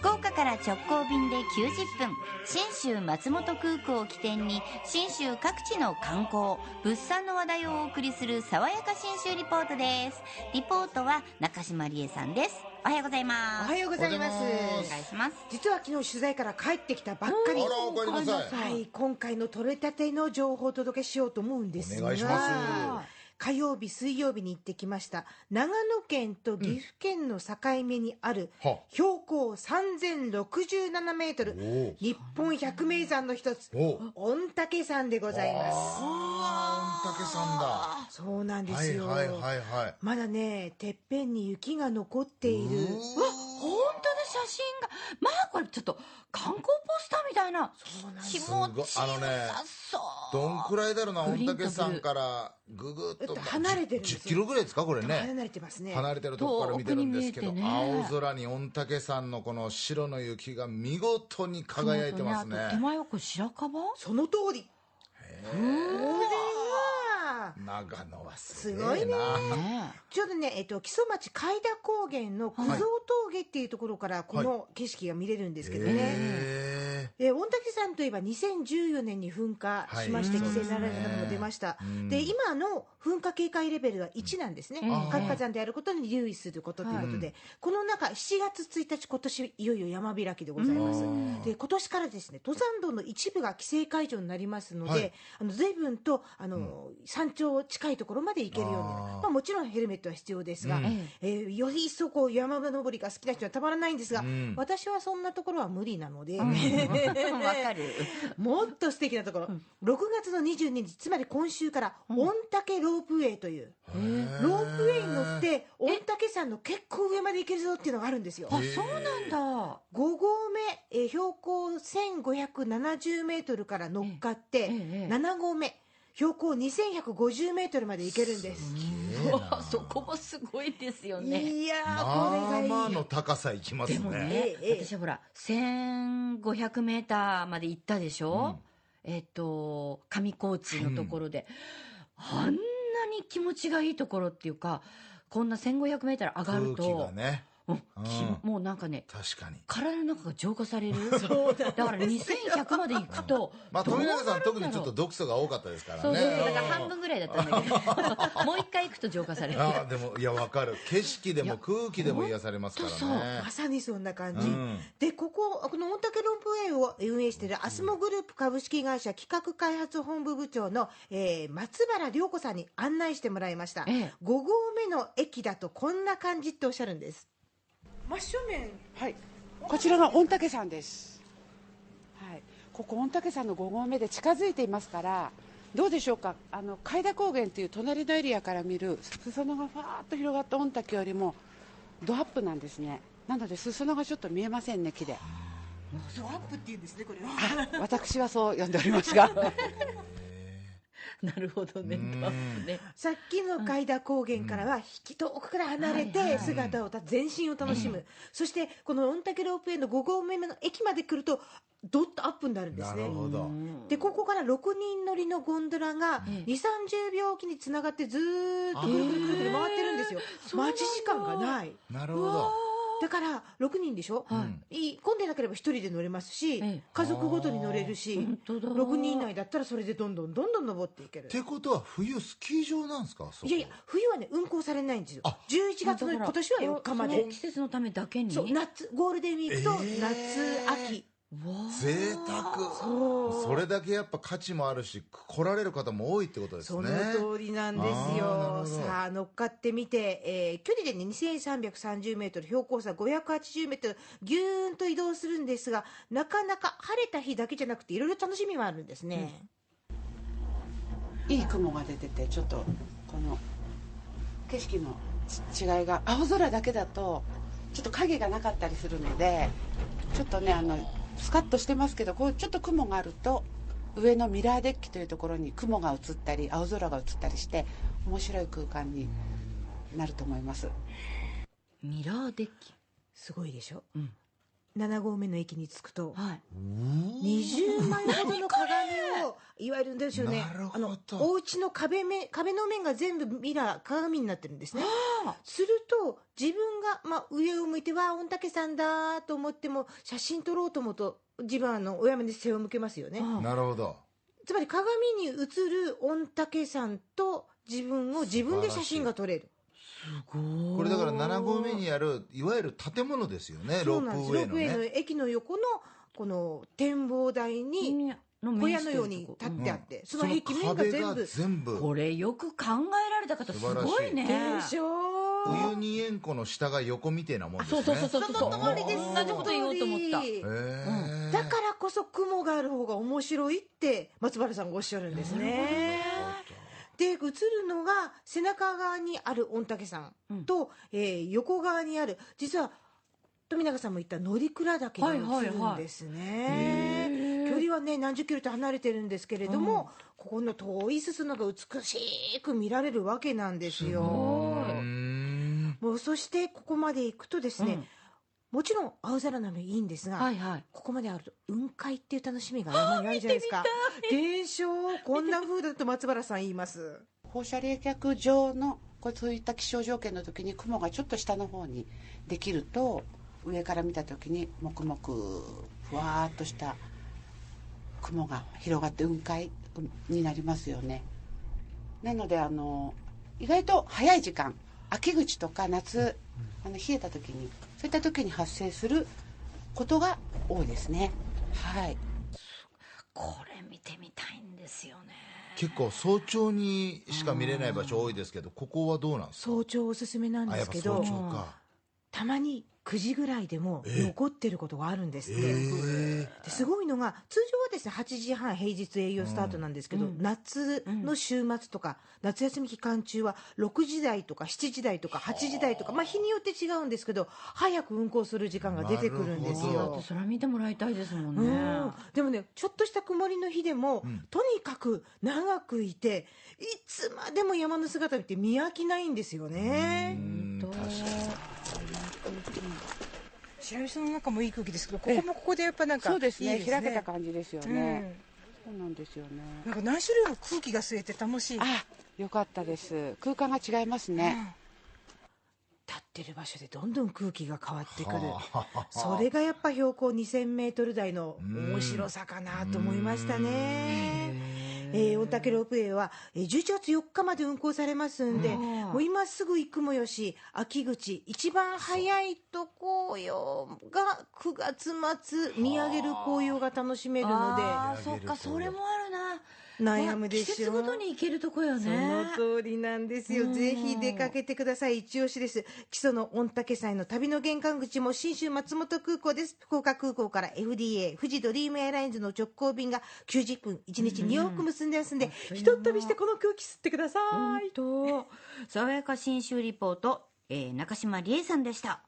岡から直行便で90分信州松本空港を起点に信州各地の観光物産の話題をお送りする爽やか信州リポートですリポートは中島理恵さんですおはようございおますはようございますおはようございまおす願いします実は昨日取材から帰ってきたばっかりあらおかえりなさいはい、今回の取れたての情報をお届けしようと思うんですがお願いしま火曜日水曜日に行ってきました長野県と岐阜県の境目にあるは標高3067メートル、おう日本百名山の一つおう御嶽山でございますあー御嶽さそうなんでんだはすいよ、はいはいはいまだねてっぺんに雪が残っているうわ本当だ写真がまあこれちょっと観光ポスターみたいなそうなんです気持よちよさそうどんくらいだろうなグ御リーンとブルー嶽山からぐぐっとまあ離れてるんですよ10キロぐらいですかこれ離ねれてますね離れてるとこから見てるんですけど、遠くに見えてね青空に御嶽山のこの白の雪が見事に輝いてますねあと手前はこれ白樺その通りこれは長野はすすごごいいねなねちょうどね、えっと、木曽町海田高原の九蔵峠っていうところからこの景色が見れるんですけどね、へえー御嶽山といえば2014年に噴火しまして、はい規制なられたのも出ました、んで今の噴火警戒レベルは1なんですね、ん活火山であることに留意することということで、この中、7月1日、今年いよいよ山開きでございます、うんで今年からですね登山道の一部が規制解除になりますので、はいあの随分とあの、山頂近いところまで行けるようになるあーまあ、もちろんヘルメットは必要ですが、うんえーより一層こう山登りが好きな人にはたまらないんですが、うん私はそんなところは無理なので。え わかるもっと素敵なところ、6月の22日つまり今週から御嶽ロープウェイという、ーロープウェイに乗って御嶽山の結構上まで行けるぞっていうのがあるんですよあ5へえそうなんだ合目、えー標高1570メートルから乗っかってえええ7合目標高2150メートルまで行けるんですえうわ そこもすごいですよねいやーこまあれまがあいいの高さいきますでねもね、ええ私はほら1500メーターまで行ったでしょ、えっ、と上高地のところで、あんなに気持ちがいいところっていうかこんな1500メーター上が空る気とが、ねうんきうんもうなんかね確かに体の中が浄 化されるだから2100まで行くと、まあどう富永さん特なにるちょっとだろ読う素が多かったですからねそうそうそうだから半分ぐらいだ ったんだけどもう一回行くと浄化されるああでもいやわかる景色でいやも空気でも癒されますからねほんとまさにそんな感うじ、んでこここの御嶽ロープウェイを運営しているアスモグループ株式会社企画開発本部部長の、えー松原涼子さんに案内してもらいました、ええ5合目の駅だとこんな感じっておっしゃるんです真正面はい、こちらが御嶽山です、はい、ここ御嶽山の5合目で近づいていますからどうでしょうかあの海田高原という隣のエリアから見る裾野がファーッと広がった御嶽よりもドアップなんですねなので裾野がちょっと見えませんね木でドアップっていうんですねこれは私はそう呼んでおりますがなるほどねうん多分ねさっきの海田高原からは引き遠くから離れはいはてい姿を立つ全身を楽しむ、そしてこの御嶽ロープウェイの5合目の駅まで来るとドッとアップになるんですなねるほどでここから6人乗りのゴンドラがえ2え3 0秒おきにつながってずーっとぐるぐるぐるぐる回ってるんですよ、そうなんだ待ち時間がないなるほどだから6人でしょ、いい混んでなければ1人で乗れますし、ええ家族ごとに乗れるし本当だ6人以内だったらそれでどんどんどんどん登っていけるってことは冬スキー場なんですかそこいやいや冬はね運行されないんですよ11月のだから今年は4日まそでの季節のためだけにそう夏ゴールデンウィークと夏、ええ秋うわー贅沢そうそれだけやっぱ価値もあるし来られる方も多いってことですそねの通りなんですあよ。ーなるほどさあ、乗っかってみて、えー距離でね、2330メートル、標高差580メートル、ぎゅーんと移動するんですが、なかなか晴れた日だけじゃなくて、いろいろ楽しみはあるんですね。いい雲が出ててちょっとこの景色のち違いが青空だけだとちょっと影がなかったりするのでちょっとねあのスカッとしてますけどこうちょっと雲があると上のミラーデッキというところに雲が映ったり青空が映ったりして面白い空間になると思いますミラーデッキすごいでしょ、うん7合目の駅に着くと、はい。 20枚ほどの鏡を、いわゆるんですよねなる。あほどの、お家の壁面、壁の面が全部ミラー、鏡になってるんですね。すると、自分が、まあ、上を向いて、わあ、御嶽さんだと思っても、写真撮ろうと思うと、自分はあの、親目で背を向けますよね。なるほどつまり鏡に映る御嶽山と自分を自分で写真が撮れる。これだから7合目にあるいわゆる建物ですよねそロうーなんです。プウロェイーのプウェイのね駅の横の、この展望台に、小屋のように立ってあって、その壁面が全部。全部これよく考えられた方すごいね。でしょウユニ塩湖の下が横みてえなもんあですそねうそうそうそうその通りです。同じこと言おうと思った。へーだからこそ雲がある方が面白いって松原さんがおっしゃるんですね。で映るのが背中側にある御嶽山と、えー横側にある実は富永さんも言った乗鞍岳が映るんですね、距離はね何十キロと離れてるんですけれども、ここの遠いすすのが美しく見られるわけなんですよ。うーんもうそしてここまで行くとですね、うんもちろん青空のもいいんですが、はいはい。ここまであると雲海っていう楽しみが山にあるじゃないですか伝承こんな風だと松原さん言います放射冷却上のこうそういった気象条件の時に雲がちょっと下の方にできると上から見た時に黙々ふわーっとした雲が広がって雲海になりますよねなのであの意外と早い時間秋口とか夏あの冷えた時にそういった時に発生することが多いですねはいこれ見てみたいんですよね。結構早朝にしか見れない場所多いですけどここはどうなんですか早朝おすすめなんあでやすっぱけ早ど朝かたまに9時ぐらいでもええ残ってることがあるんですって、えですごいのが通常はですね8時半平日営業スタートなんですけど、うん夏の週末とか、夏休み期間中は6時台とか7時台とか8時台とかまあ日によって違うんですけど早く運行する時間が出てくるんですなるよほ。それは見てもらいたいですもんうね。んでもねちょっとした曇りの日でも、うんとにかく長くいていつまでも山の姿って見飽きないんですよーうねん確かに白石の中もいい空気ですけどここもここでやっぱなんかそうですねいい開けた感じですようんね、そうなんですよねなんか何種類も空気が吸えて楽しい立あ、よかったです。空間が違いますね。ってる場所でどんどん空気が変わってくるはあそれがやっぱ標高2000メートル台のうん面白さかなと思いましたね。えー、御嶽ロープウェイは、えー11月4日まで運行されますんで、もう今すぐ行くもよし、秋口、一番早いと紅葉が9月末、見上げる紅葉が楽しめるのああ、でそっか、それもあるな。で、悩むでしょいや季節ごとに行けるとこよね。その通りなんですよ。うんぜひ出かけてください。一押しです。基礎の御嶽祭の旅の玄関口も新州松本空港です。福岡空港から FDA、富士ドリームエアラインズの直行便が90分、1日2往復結んでますんで、うんひとっ飛びしてこの空気吸ってください。本当。爽やか新州リポート、えー中島理恵さんでした。